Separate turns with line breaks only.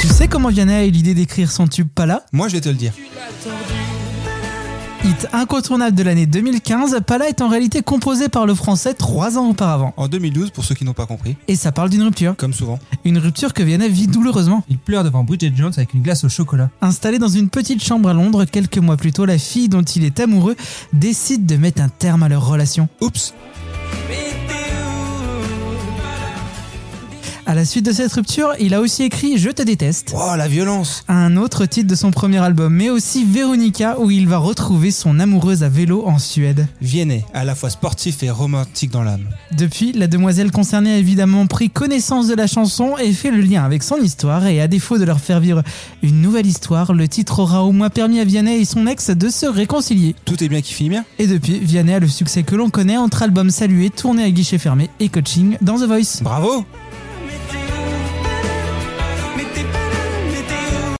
Tu sais comment Vianney a eu l'idée d'écrire son tube Pas là
Moi, je vais te le dire.
Hit incontournable de l'année 2015, Pala est en réalité composé par le français trois ans auparavant.
En 2012, pour ceux qui n'ont pas compris,
Et ça parle d'une rupture.
comme souvent.
Une rupture que Vianney vit douloureusement.
Il pleure devant Bridget Jones avec une glace au chocolat.
Installée dans une petite chambre à Londres, quelques mois plus tôt, la fille dont il est amoureux décide de mettre un terme à leur relation.
Oups
À la suite de cette rupture, il a aussi écrit Je te déteste,
Oh, la violence
un autre titre de son premier album, mais aussi Véronica, où il va retrouver son amoureuse à vélo en Suède.
Vienney, à la fois sportif et romantique dans l'âme.
Depuis, la demoiselle concernée a évidemment pris connaissance de la chanson et fait le lien avec son histoire et à défaut de leur faire vivre une nouvelle histoire, le titre aura au moins permis à Vianney et son ex de se réconcilier.
Tout est bien qui finit bien.
Et depuis, Vianney a le succès que l'on connaît entre albums salués, tournées à guichet fermé et coaching dans The Voice.
Bravo